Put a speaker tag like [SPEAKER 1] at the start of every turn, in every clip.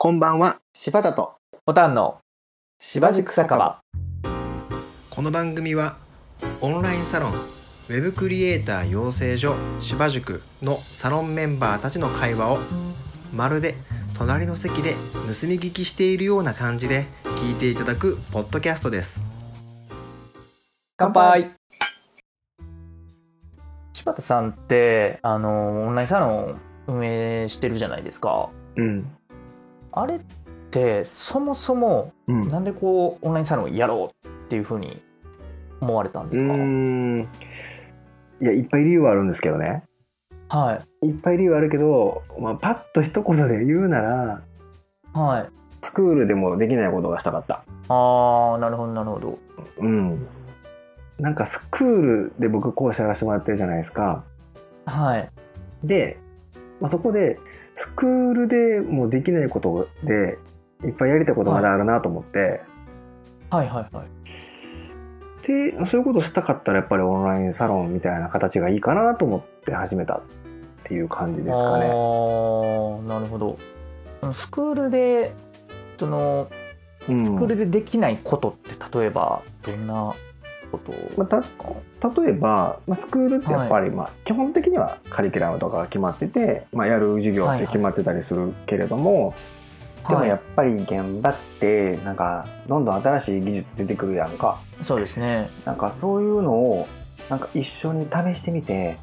[SPEAKER 1] こんばんは、柴田と
[SPEAKER 2] ボタンの
[SPEAKER 1] 柴
[SPEAKER 2] 塾酒場。
[SPEAKER 1] この番組はオンラインサロンウェブクリエイター養成所柴塾のサロンメンバーたちの会話をまるで隣の席で盗み聞きしているような感じで聞いていただくポッドキャストです。
[SPEAKER 2] 乾杯柴田さんってあのオンラインサロン運営してるじゃないですか
[SPEAKER 1] うん。
[SPEAKER 2] あれってそもそも
[SPEAKER 1] うん。
[SPEAKER 2] なんでこうオンラインサロンやろうっていうふうに思われたんですか、
[SPEAKER 1] ん。いや、いっぱい理由はあるんですけどね。
[SPEAKER 2] はい
[SPEAKER 1] いっぱい理由あるけど、まあ、パッと一言で言うなら、
[SPEAKER 2] はい
[SPEAKER 1] スクールでもできないことがしたかった。
[SPEAKER 2] ああなるほどなるほど
[SPEAKER 1] うん。なんかスクールで僕講師やらせてもらってるじゃないですか。
[SPEAKER 2] はい
[SPEAKER 1] で、まあ、そこでスクールでもできないことでいっぱいやりたいことまだあるなと思って、
[SPEAKER 2] はいはいはい
[SPEAKER 1] でそういうことしたかったらやっぱりオンラインサロンみたいな形がいいかなと思って始めたっていう感じですか
[SPEAKER 2] あ
[SPEAKER 1] ね。
[SPEAKER 2] ーなるほどスクールでその
[SPEAKER 1] うん
[SPEAKER 2] スクールでできないことって例えばどんなこと
[SPEAKER 1] まあた例えば、まあ、スクールってやっぱり、まあ、基本的にはカリキュラムとかが決まってて、まあ、やる授業って決まってたりするけれども、でもやっぱり現場ってなんかどんどん新しい技術出てくるやんか
[SPEAKER 2] そうですね。
[SPEAKER 1] なんかそういうのをなんか一緒に試してみて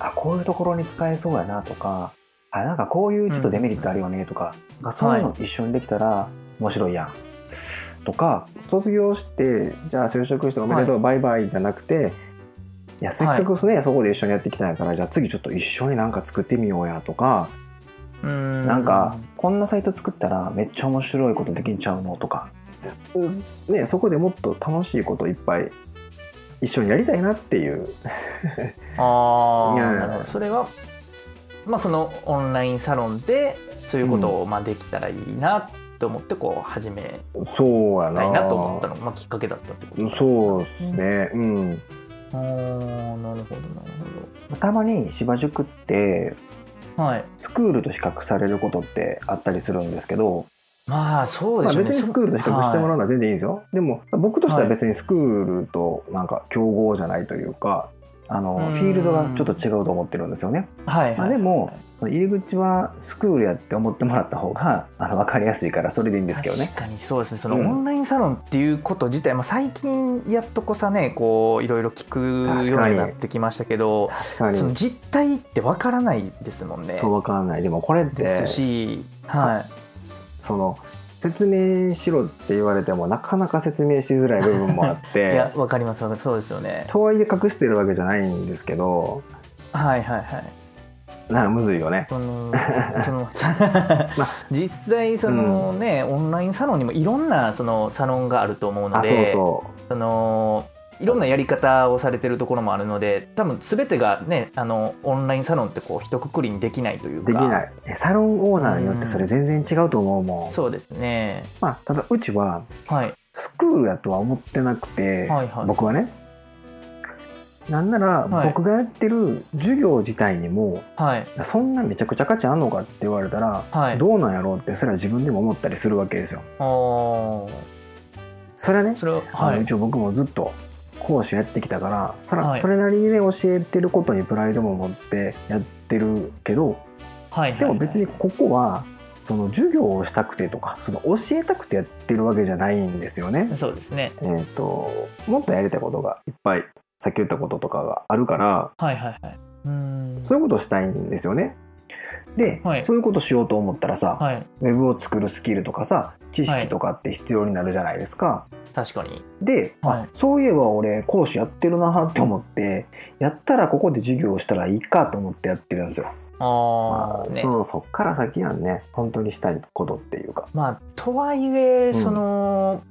[SPEAKER 1] あこういうところに使えそうやなとかあなんかこういうちょっとデメリットあるよねとか,、なんかそういうの一緒にできたら面白いやん、とか卒業してじゃあ就職しておめでとう、バイバイじゃなくていやせっかくですね、そこで一緒にやってきたんやからじゃあ次ちょっと一緒になんか作ってみようやとか
[SPEAKER 2] うん
[SPEAKER 1] なんかこんなサイト作ったらめっちゃ面白いことできんちゃうのとか、ね、そこでもっと楽しいこといっぱい一緒にやりたいなっていう
[SPEAKER 2] あ
[SPEAKER 1] い
[SPEAKER 2] あ、
[SPEAKER 1] やいやいや
[SPEAKER 2] なるほど。それはまあそのオンラインサロンでそういうことをまあできたらいいなと思ってこう始め
[SPEAKER 1] そうやな
[SPEAKER 2] たいなと思ったのがまあきっかけだったってこと。
[SPEAKER 1] そうですねうん
[SPEAKER 2] ああ、なるほどなる
[SPEAKER 1] たまに芝塾って
[SPEAKER 2] ほど。はい。
[SPEAKER 1] スクールと比較されることってあったりするんですけど、
[SPEAKER 2] まあそう
[SPEAKER 1] ま
[SPEAKER 2] で
[SPEAKER 1] あ、
[SPEAKER 2] しょう
[SPEAKER 1] 別
[SPEAKER 2] ね。
[SPEAKER 1] にスクールと比較してもらうのは全然いいんですよ、でも僕としては別にスクールとなんか競合じゃないというかあの
[SPEAKER 2] うん
[SPEAKER 1] フィールドがちょっと違うと思ってるんですよね。
[SPEAKER 2] はい。はい
[SPEAKER 1] まあ、でも入り口はスクールやって思ってもらった方があの分かりやすいからそれでいいんですけどね
[SPEAKER 2] 確。かにそうですねその
[SPEAKER 1] うん
[SPEAKER 2] オンラインサロンっていうこと自体、まあ、最近やっとこさねこういろいろ聞くようになってきましたけど
[SPEAKER 1] 確か
[SPEAKER 2] その実態ってわからないですもんね。
[SPEAKER 1] そう分かんないでもこれっ
[SPEAKER 2] で
[SPEAKER 1] て
[SPEAKER 2] すし、は
[SPEAKER 1] その説明しろって言われてもなかなか説明しづらい部分もあっ
[SPEAKER 2] い、い
[SPEAKER 1] て
[SPEAKER 2] やわかりますわかりますそうですよね。
[SPEAKER 1] とはいえ隠してるわけじゃないんですけど
[SPEAKER 2] はいはいはい。
[SPEAKER 1] なんかむずいよね。
[SPEAKER 2] その その
[SPEAKER 1] まあ
[SPEAKER 2] 実際そのね、オンラインサロンにもいろんなそのサロンがあると思うの
[SPEAKER 1] あ
[SPEAKER 2] で、
[SPEAKER 1] そ
[SPEAKER 2] そのいろんなやり方をされてるところもあるので、多分すべてがねあのオンラインサロンってこう一括りにできないという
[SPEAKER 1] うそう
[SPEAKER 2] か、
[SPEAKER 1] できないえサロンオーナーによってそれ全然違うと思うもん、
[SPEAKER 2] そうですね。
[SPEAKER 1] まあ、ただうちは
[SPEAKER 2] はい
[SPEAKER 1] スクールやとは思ってなくて、
[SPEAKER 2] はいはい
[SPEAKER 1] 僕はねなんなら
[SPEAKER 2] はい
[SPEAKER 1] 僕がやってる授業自体にも、
[SPEAKER 2] はい
[SPEAKER 1] そんなめちゃくちゃ価値あんのかって言われたら、
[SPEAKER 2] はい。
[SPEAKER 1] どうなんやろうってそれは自分でも思ったりするわけですよ。
[SPEAKER 2] おー
[SPEAKER 1] それはね、
[SPEAKER 2] それは
[SPEAKER 1] あ
[SPEAKER 2] は
[SPEAKER 1] の
[SPEAKER 2] い
[SPEAKER 1] 一応僕もずっと講師やってきたからそれ,、
[SPEAKER 2] はい
[SPEAKER 1] それなりにね教えてることにプライドも持ってやってるけど
[SPEAKER 2] はいはい。
[SPEAKER 1] でも別にここはその授業をしたくてとかその教えたくてやってるわけじゃないんですよね。
[SPEAKER 2] そうですね。
[SPEAKER 1] えー、ともっとやりたいことがいっぱいさっき言ったこととかがあるから
[SPEAKER 2] はいはいはい。うーん。
[SPEAKER 1] そういうことをしたいんですよね。で、
[SPEAKER 2] はい
[SPEAKER 1] そういうことしようと思ったらさ、
[SPEAKER 2] はい。
[SPEAKER 1] ウェブを作るスキルとかさ知識とかって必要になるじゃないですか。
[SPEAKER 2] 確かに。
[SPEAKER 1] で、あ
[SPEAKER 2] はい
[SPEAKER 1] そういえば俺講師やってるなって思ってやったらここで授業をしたらいいかと思ってやってるんですよ。
[SPEAKER 2] あ
[SPEAKER 1] ま
[SPEAKER 2] あ、
[SPEAKER 1] あ
[SPEAKER 2] ね。
[SPEAKER 1] そうそっから先やんね本当にしたいことっていうか。
[SPEAKER 2] まあ、とはいえ、
[SPEAKER 1] ん
[SPEAKER 2] その、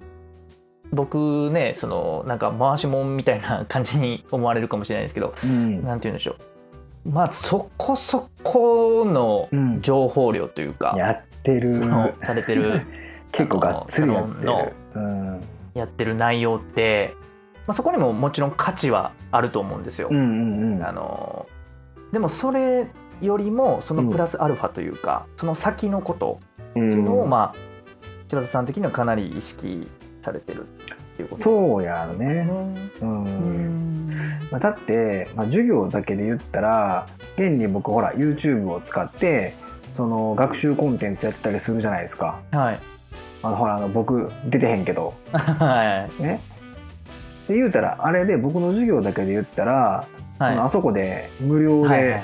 [SPEAKER 2] 僕ね、その、なんか回しもんみたいな感じに思われるかもしれないですけど、
[SPEAKER 1] うん
[SPEAKER 2] なんて言うんでしょう。まあ、そこそこの
[SPEAKER 1] うん
[SPEAKER 2] 情報量というか、
[SPEAKER 1] やってる
[SPEAKER 2] その、されて る、
[SPEAKER 1] 結構がっつりやって
[SPEAKER 2] サ
[SPEAKER 1] る
[SPEAKER 2] ロンの。
[SPEAKER 1] うん
[SPEAKER 2] やってる内容って、まあ、そこにももちろん価値はあると思うんですよ。
[SPEAKER 1] うんうんうん
[SPEAKER 2] あのでもそれよりもそのプラスアルファというか、その先のこと
[SPEAKER 1] うん
[SPEAKER 2] っていうのを、まあ、千葉さん的にはかなり意識されてるっていうことです
[SPEAKER 1] そうやろね。
[SPEAKER 2] ね。
[SPEAKER 1] うん
[SPEAKER 2] うん
[SPEAKER 1] まあ、だって、まあ、授業だけで言ったら現に僕ほら YouTube を使ってその学習コンテンツやってたりするじゃないですか。
[SPEAKER 2] はい。
[SPEAKER 1] あのほらあの僕出てへんけど。
[SPEAKER 2] はい。
[SPEAKER 1] ね。って言うたらあれで僕の授業だけで言ったら、
[SPEAKER 2] はい
[SPEAKER 1] そのあそこで無料
[SPEAKER 2] はいは
[SPEAKER 1] で
[SPEAKER 2] いは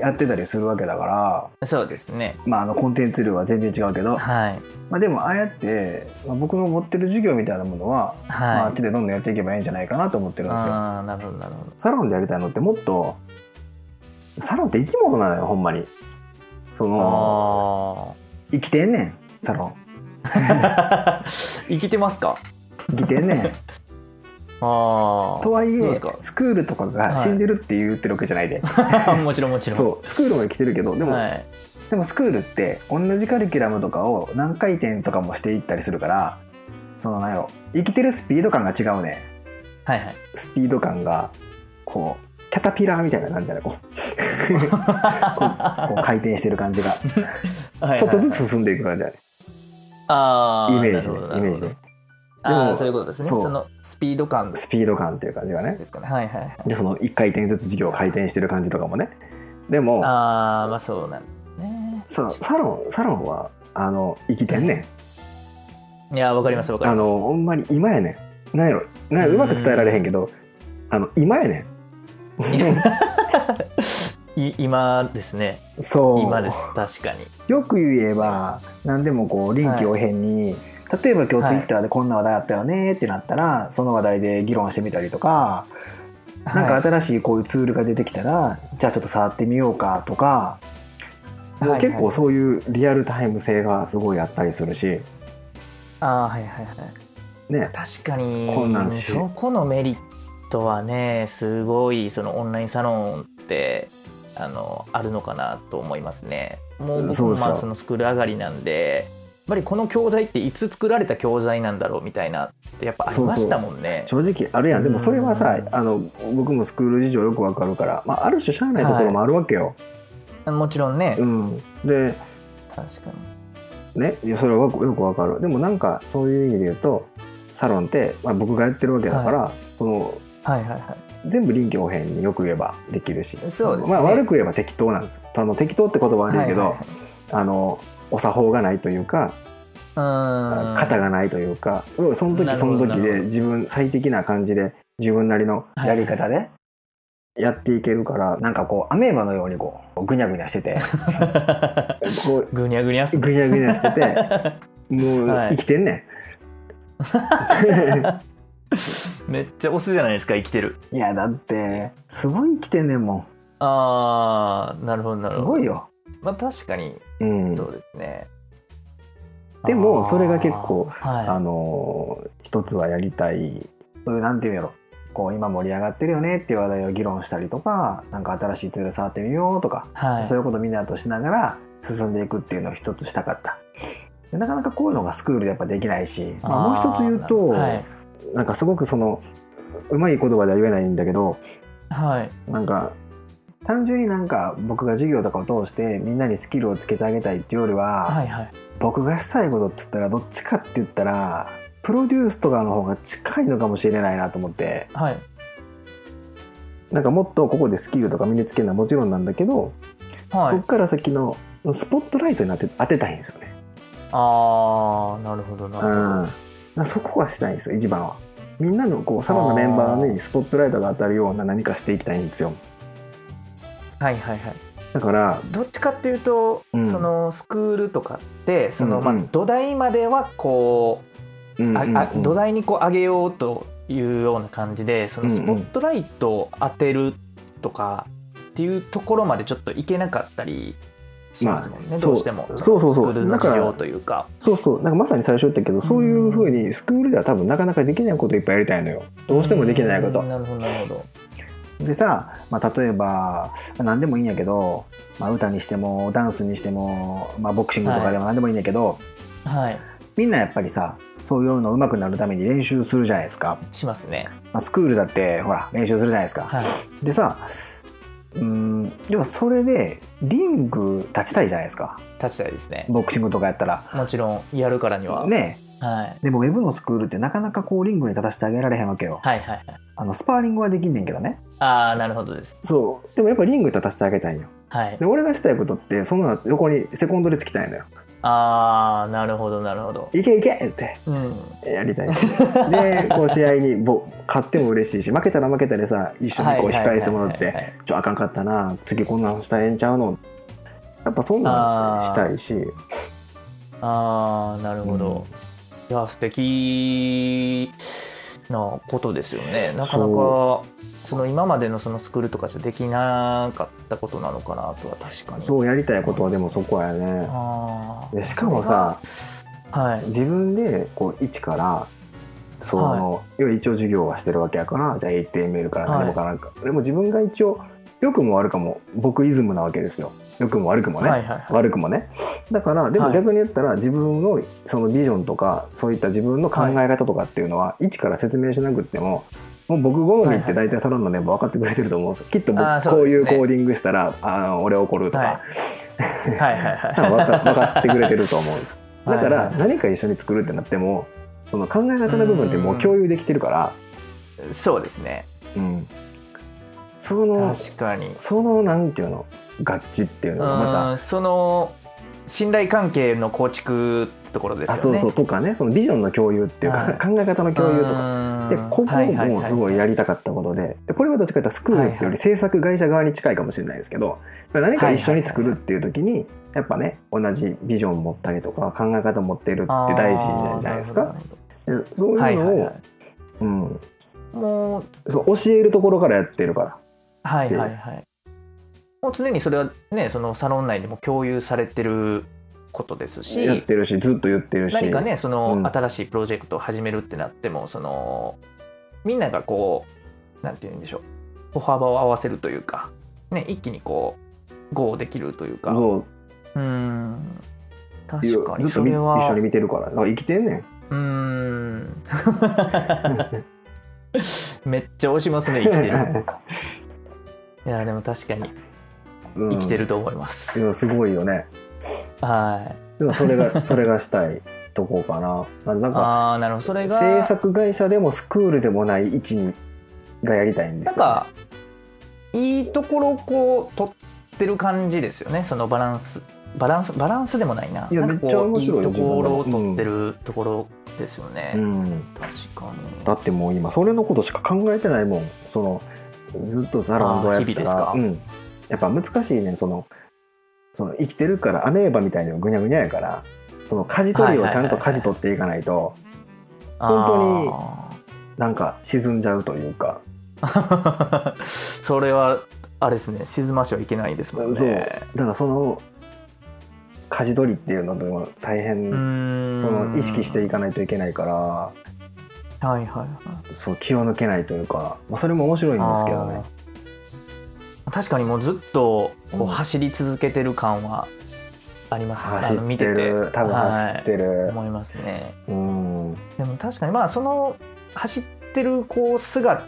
[SPEAKER 1] やってたりするわけだから、
[SPEAKER 2] いそうですね。
[SPEAKER 1] まあ、あのコンテンツ量は全然違うけ ど、
[SPEAKER 2] はい。
[SPEAKER 1] まあ、でもああやって、まあ、僕の持ってる授業みたいなものは、まあ、あ
[SPEAKER 2] は
[SPEAKER 1] っ
[SPEAKER 2] い
[SPEAKER 1] ち。でどんどんやっていけばいいんじゃないかなと思ってるんですよ。
[SPEAKER 2] ああ、なるほど、なるほど。
[SPEAKER 1] サロンでやりたいのってもっとサロンって生き物なのよほんまにその
[SPEAKER 2] あ
[SPEAKER 1] 生きてんねんサロン
[SPEAKER 2] あ。生きてますか。
[SPEAKER 1] 生きてんねん
[SPEAKER 2] あ
[SPEAKER 1] とはい
[SPEAKER 2] どう
[SPEAKER 1] え
[SPEAKER 2] ですか
[SPEAKER 1] スクールとかが死んでるって言ってるわけじゃないで、
[SPEAKER 2] あ。 もちろん、もちろん。
[SPEAKER 1] そうスクールも生きてるけどでも、
[SPEAKER 2] はい。
[SPEAKER 1] でもスクールって同じカリキュラムとかを何回転とかもしていったりするからそのなんやろ生きてるスピード感が違うね
[SPEAKER 2] はいはい。
[SPEAKER 1] んスピード感がこうキャタピラーみたいな感じじゃないこう こうこう回転してる感じが
[SPEAKER 2] はいはい
[SPEAKER 1] ちょっとずつ進んでいく感じだね
[SPEAKER 2] ああ
[SPEAKER 1] イメージね
[SPEAKER 2] なるほど
[SPEAKER 1] イメージね
[SPEAKER 2] なるほど
[SPEAKER 1] で
[SPEAKER 2] あ
[SPEAKER 1] も
[SPEAKER 2] あそういうことですね
[SPEAKER 1] そう
[SPEAKER 2] そのスピード感
[SPEAKER 1] スピード感っていう感じがね
[SPEAKER 2] ですかねはいはいはい
[SPEAKER 1] でその1回転ずつ授業を回転してる感じとかもねでも
[SPEAKER 2] ああまあそうなんだね
[SPEAKER 1] そうサロンサロンはあの生きてんねん
[SPEAKER 2] いやわかりますわかり
[SPEAKER 1] あ
[SPEAKER 2] ます
[SPEAKER 1] のほんまに今やねんなんやろなんやろうまく伝えられへんけどあの今やね
[SPEAKER 2] い今ですね
[SPEAKER 1] ん そう
[SPEAKER 2] 今です確かに
[SPEAKER 1] よく言えば何でもこう臨機応変に、例えば今日
[SPEAKER 2] は
[SPEAKER 1] ツイ
[SPEAKER 2] い
[SPEAKER 1] ッターでこんな話題あったよねってなったら、その話題で議論してみたりとかなん
[SPEAKER 2] は
[SPEAKER 1] か
[SPEAKER 2] い
[SPEAKER 1] 新しいこういうツールが出てきたら、じゃあちょっと触ってみようかとか、もう
[SPEAKER 2] はいはい
[SPEAKER 1] 結構そういうリアルタイム性がすごいあったりするし、
[SPEAKER 2] ああはいはいはい
[SPEAKER 1] ね、
[SPEAKER 2] 確かに
[SPEAKER 1] こんなんし
[SPEAKER 2] そこのメリットはねすごいそのオンラインサロンってあのあるのかなと思いますね。もう僕
[SPEAKER 1] そう
[SPEAKER 2] も
[SPEAKER 1] そう
[SPEAKER 2] まあそのスクール上がりなんでやっぱりこの教材っていつ作られた教材なんだろうみたいなってやっぱありましたもんね。
[SPEAKER 1] 正直あるやんでもそれはさ
[SPEAKER 2] うん
[SPEAKER 1] あの僕もスクール事情よくわかるから、まあ、ある種しゃあないところもあるわけよ。
[SPEAKER 2] もちろんね、
[SPEAKER 1] うん、で
[SPEAKER 2] 確かに。
[SPEAKER 1] ねいやそれはよくよくわかるでもなんかそういう意味で言うとサロンって、まあ、僕がやってるわけだから、その
[SPEAKER 2] はいはいは
[SPEAKER 1] 全部臨機応変によく言えばできるし
[SPEAKER 2] そうですね。
[SPEAKER 1] まあ、悪く言えば適当なんですあの適当って言葉はい悪いけど、
[SPEAKER 2] はいはい
[SPEAKER 1] あのお作法がないというか、
[SPEAKER 2] はい、うん
[SPEAKER 1] 型がないというかうんその時
[SPEAKER 2] なる
[SPEAKER 1] そ
[SPEAKER 2] ほ
[SPEAKER 1] の
[SPEAKER 2] ど
[SPEAKER 1] 時
[SPEAKER 2] なるほ
[SPEAKER 1] で
[SPEAKER 2] ど
[SPEAKER 1] 自分最適な感じで自分なりのやり方でやっていけるから、なんかこうアメーバのようにこうぐにゃぐにゃしててこう
[SPEAKER 2] ぐにゃぐにゃっす
[SPEAKER 1] ぐにゃぐにゃ しててもう
[SPEAKER 2] はい
[SPEAKER 1] 生きてんねん、
[SPEAKER 2] めっちゃオスじゃないですか生きてる。
[SPEAKER 1] いやだってすごい生きてんねんも
[SPEAKER 2] ああなるほどなんる
[SPEAKER 1] す
[SPEAKER 2] ほど。
[SPEAKER 1] ごいよ、
[SPEAKER 2] まあ確かに
[SPEAKER 1] うん、
[SPEAKER 2] そうですね。
[SPEAKER 1] でもそれが結構
[SPEAKER 2] あー、
[SPEAKER 1] あ
[SPEAKER 2] はい、
[SPEAKER 1] のー一つはやりたいそういうなんていうんやろこう今盛り上がってるよねっていう話題を議論したりとかなんか新しいツール触ってみようとか、
[SPEAKER 2] はい、
[SPEAKER 1] そういうことみんなとしながら進んでいくっていうのを一つしたかったでなかなかこういうのがスクールでやっぱできないし、まあ、もう一つ言うと
[SPEAKER 2] は、
[SPEAKER 1] ないんかすごくそのうまい言葉では言えないんだけど
[SPEAKER 2] はい、
[SPEAKER 1] なんか単純になんか僕が授業とかを通してみんなにスキルをつけてあげたいっていうよりは、
[SPEAKER 2] はいはい
[SPEAKER 1] 僕がしたいことって言ったらどっちかって言ったらプロデュースとかの方が近いのかもしれないなと思って
[SPEAKER 2] はい
[SPEAKER 1] なんかもっとここでスキルとか身につけるのはもちろんなんだけど、
[SPEAKER 2] は
[SPEAKER 1] そ
[SPEAKER 2] い
[SPEAKER 1] っから先のスポットライトになって当てたいんですよね、
[SPEAKER 2] ああなるほど
[SPEAKER 1] う、
[SPEAKER 2] なんるほ
[SPEAKER 1] だか
[SPEAKER 2] ど、
[SPEAKER 1] らそこはしたいんですよ一番はみんなのこうサロンのメンバーの目にスポットライトが当たるような何かしていきたいんですよ
[SPEAKER 2] はいはいはい
[SPEAKER 1] だから
[SPEAKER 2] どっちかっていうと、
[SPEAKER 1] うん
[SPEAKER 2] そのスクールとかってそ
[SPEAKER 1] う
[SPEAKER 2] の、
[SPEAKER 1] んうん
[SPEAKER 2] まあ、土台まではこ
[SPEAKER 1] うん
[SPEAKER 2] う、
[SPEAKER 1] うんうん
[SPEAKER 2] ああ土台にこう上げようというような感じでそのスポットライトを当てるとかっていうところまでちょっといけなかったりしますもんね、
[SPEAKER 1] まあ
[SPEAKER 2] どうしても
[SPEAKER 1] そうそうそうそう
[SPEAKER 2] スクールの事情というか
[SPEAKER 1] そうそうなんかまさに最初言ったけどそういうふうにスクールでは多分なかなかできないこといっぱいやりたいのよどうしてもできないこと
[SPEAKER 2] うんなるほどなるほど
[SPEAKER 1] でさ、まあ、例えば何でもいいんやけど、まあ、歌にしてもダンスにしても、まあ、ボクシングとかでも何でもいいんやけど、
[SPEAKER 2] はい
[SPEAKER 1] みんなやっぱりさそういうの上手くなるために練習するじゃないですか、
[SPEAKER 2] しますね
[SPEAKER 1] まあ、スクールだってほら練習するじゃないですか、
[SPEAKER 2] はい
[SPEAKER 1] でさうんでもそれでリング立ちたいじゃないですか
[SPEAKER 2] 立ちたいですね
[SPEAKER 1] ボクシングとかやったら
[SPEAKER 2] もちろんやるからには、
[SPEAKER 1] ね
[SPEAKER 2] はい、
[SPEAKER 1] でもウェブのスクールってなかなかこうリングに立たせてあげられへんわけよ
[SPEAKER 2] はいはいはい
[SPEAKER 1] あのスパーリングはできんねんけどね
[SPEAKER 2] ああなるほどです
[SPEAKER 1] そうでもやっぱリングに立たせてあげたいんよ
[SPEAKER 2] はい
[SPEAKER 1] で俺がしたいことってそんなの横にセコンドでつきたいのよ
[SPEAKER 2] ああなるほどなるほど
[SPEAKER 1] いけいけって
[SPEAKER 2] うん
[SPEAKER 1] やりたい でこう試合にぼ勝っても嬉しいし負けたら負けたでさ一緒にこう控えしてもらっ
[SPEAKER 2] はいはいは
[SPEAKER 1] て
[SPEAKER 2] いはい
[SPEAKER 1] 「ちょあかんかったな次こんなんしたらええんちゃうの?」やっぱそんなんしたいし
[SPEAKER 2] ああなるほど、いや素敵なことですよねなかなか
[SPEAKER 1] そ
[SPEAKER 2] その今までのそのスクールとかじゃできなかったことなのかなとは確かに
[SPEAKER 1] そうやりたいことはでもそこやね
[SPEAKER 2] あー
[SPEAKER 1] でしかもさ
[SPEAKER 2] はい
[SPEAKER 1] 自分でこう一からその、要は一応授業はしてるわけやからじゃあ HTML から何もからなんか、でも自分が一応良くも悪くも僕イズムなわけですよ良くも悪くもね、
[SPEAKER 2] はいはいはい
[SPEAKER 1] 悪くもねだからでも
[SPEAKER 2] はい
[SPEAKER 1] 逆に言ったら自分のそのビジョンとかそういった自分の考え方とかっていうのは一から説明しなくってももう僕好みって大体サロンのメンバー分かってくれてると思うんですよきっと
[SPEAKER 2] あ
[SPEAKER 1] 僕
[SPEAKER 2] ーそう
[SPEAKER 1] こう
[SPEAKER 2] で
[SPEAKER 1] い
[SPEAKER 2] す
[SPEAKER 1] う
[SPEAKER 2] ね
[SPEAKER 1] コーディングしたらあの俺怒るとか
[SPEAKER 2] ははいはいは い
[SPEAKER 1] 多分分か分かってくれてると思うんですだか
[SPEAKER 2] はい
[SPEAKER 1] ら
[SPEAKER 2] はい
[SPEAKER 1] 何か一緒に作るってなってもその考え方の部分ってもう共有できてるから
[SPEAKER 2] そうですね
[SPEAKER 1] うんその
[SPEAKER 2] 確かに
[SPEAKER 1] そのなんていうの合致っていうのがまた
[SPEAKER 2] うんその信頼関係の構築ってところですよ
[SPEAKER 1] あ
[SPEAKER 2] ね
[SPEAKER 1] そうそうとかねそのビジョンの共有っていうか、
[SPEAKER 2] はい
[SPEAKER 1] 考え方の共有とか
[SPEAKER 2] か
[SPEAKER 1] でここもすごいやりたかったことで,、でこれはどっちかというとスクールっていうより制作会社側に近いかもしれないですけど何か一緒に作るっていう時にやっぱね同じビジョン持ったりとか考え方持ってるって大事じゃないですかでそう
[SPEAKER 2] はいいうは
[SPEAKER 1] のを、
[SPEAKER 2] いはい
[SPEAKER 1] うん、
[SPEAKER 2] もう
[SPEAKER 1] そう教えるところからやってるから
[SPEAKER 2] はいはいはいもう常にそれはねそのサロン内でも共有されてることです
[SPEAKER 1] やっ
[SPEAKER 2] して
[SPEAKER 1] るしずっと言ってるし
[SPEAKER 2] 何かねその、
[SPEAKER 1] うん
[SPEAKER 2] 新しいプロジェクトを始めるってなってもそのみんながこうなんて言うんでしょう歩幅を合わせるというか、ね、一気にこうゴーできるというかう
[SPEAKER 1] そ
[SPEAKER 2] ん
[SPEAKER 1] うず
[SPEAKER 2] 確かに
[SPEAKER 1] っ
[SPEAKER 2] そ
[SPEAKER 1] とみ
[SPEAKER 2] れ
[SPEAKER 1] 一
[SPEAKER 2] は
[SPEAKER 1] 緒に見てるからだから生きてんねん
[SPEAKER 2] うーんめっちゃ押しますね生きて るいやでも確かに
[SPEAKER 1] うん
[SPEAKER 2] 生きてると思います、
[SPEAKER 1] いやすごいよね
[SPEAKER 2] はい
[SPEAKER 1] でもそれが それがしたいとこかな。なんか
[SPEAKER 2] ああなるほどそれが
[SPEAKER 1] 制作会社でもスクールでもない位置にがやりたいんで
[SPEAKER 2] なん
[SPEAKER 1] すよ、
[SPEAKER 2] かいいところをこう取ってる感じですよねそのバランスバランスバランスでもないない
[SPEAKER 1] や
[SPEAKER 2] なんかこう
[SPEAKER 1] めっちゃ面白いよ
[SPEAKER 2] いところを
[SPEAKER 1] 自分の
[SPEAKER 2] 取ってるところですよね、
[SPEAKER 1] ね。うん。
[SPEAKER 2] 確かに
[SPEAKER 1] だってもう今それのことしか考えてないもん。そのずっとサロンとやってたら、
[SPEAKER 2] あー
[SPEAKER 1] う
[SPEAKER 2] 日
[SPEAKER 1] ん。やっぱ難しいね。そのその生きてるからアメーバみたいにぐにゃぐにゃやから、その舵取りをちゃんと舵取っていかないと本なんか沈んじゃうというか。
[SPEAKER 2] 当に それはあれですね沈ましはいけないですもんね
[SPEAKER 1] そう。だからその舵取りっていうのでも大変。
[SPEAKER 2] うーん
[SPEAKER 1] その意識していかないといけないから
[SPEAKER 2] はいはいはい
[SPEAKER 1] そう気を抜けないというか、まあ、それも面白いんですけどね
[SPEAKER 2] あー確かにもうずっとこ
[SPEAKER 1] うん
[SPEAKER 2] う走り続けてる感はありますね、あ
[SPEAKER 1] 走
[SPEAKER 2] の
[SPEAKER 1] っ
[SPEAKER 2] 見
[SPEAKER 1] て
[SPEAKER 2] てて
[SPEAKER 1] る多分走ってる、
[SPEAKER 2] はい思いますね
[SPEAKER 1] うん
[SPEAKER 2] でも確かにまあその走ってるこう姿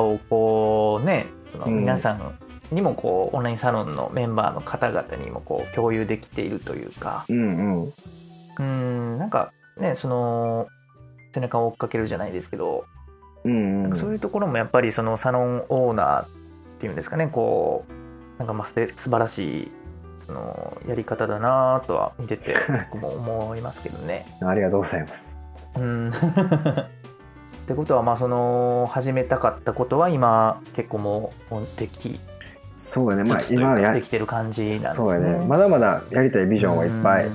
[SPEAKER 2] をこうねその
[SPEAKER 1] うん
[SPEAKER 2] 皆さんにもこうオンラインサロンのメンバーの方々にもこう共有できているというか
[SPEAKER 1] うんうん
[SPEAKER 2] うんなんかねその背中を追っかけるじゃないですけど
[SPEAKER 1] うんうん
[SPEAKER 2] そういうところもやっぱりそのサロンオーナーっていうんですかねこうなんかまあすて素晴らしいそのやり方だなとは見 てて僕も思いますけどね。
[SPEAKER 1] ありがとうございます
[SPEAKER 2] うん ってことはまあその始めたかったことは今結構もうでき
[SPEAKER 1] そうやねまあ
[SPEAKER 2] つつという
[SPEAKER 1] 今は
[SPEAKER 2] か
[SPEAKER 1] や
[SPEAKER 2] できてる感じなんですね。
[SPEAKER 1] そうやねまだまだやりたいビ
[SPEAKER 2] ビ
[SPEAKER 1] ジョンはいっぱい、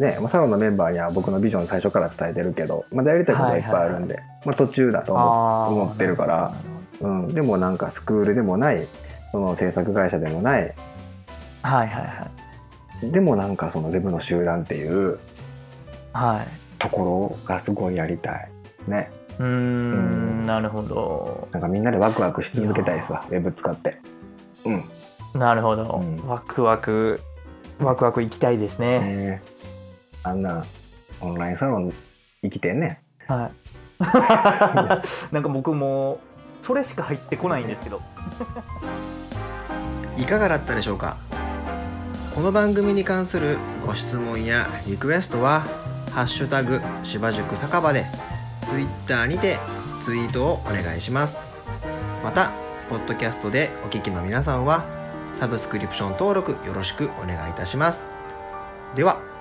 [SPEAKER 1] ねまあ、サロンのメンバーには僕のビジョン最初から伝えてるけどまだやりたいことがいっぱいあるんで、まあ、途中だと思思ってるからう、うん、でもなんかスクールでもないその制作会社でもない
[SPEAKER 2] はいはいはい
[SPEAKER 1] でもなんかそのデブの集団っていう
[SPEAKER 2] はい。
[SPEAKER 1] ところがすごいやりたいですね
[SPEAKER 2] うー
[SPEAKER 1] うん
[SPEAKER 2] んなるほど。
[SPEAKER 1] なんかみんなでワクワクし続けたいですわウェブ使ってうん、
[SPEAKER 2] なるほど、
[SPEAKER 1] うん
[SPEAKER 2] ワクワクワクワク行きたいですね、
[SPEAKER 1] えーあんなオンラインサロン生きてんね
[SPEAKER 2] はい なんか僕もうそれしか入ってこないんですけど
[SPEAKER 1] んいかがだったでしょうかこの番組に関するご質問やリクエストは「ハッシュタグ芝塾酒場」で Twitter にてツイートをお願いしますまたポッドキャストでお聞きの皆さんはサブスクリプション登録よろしくお願いいたしますでは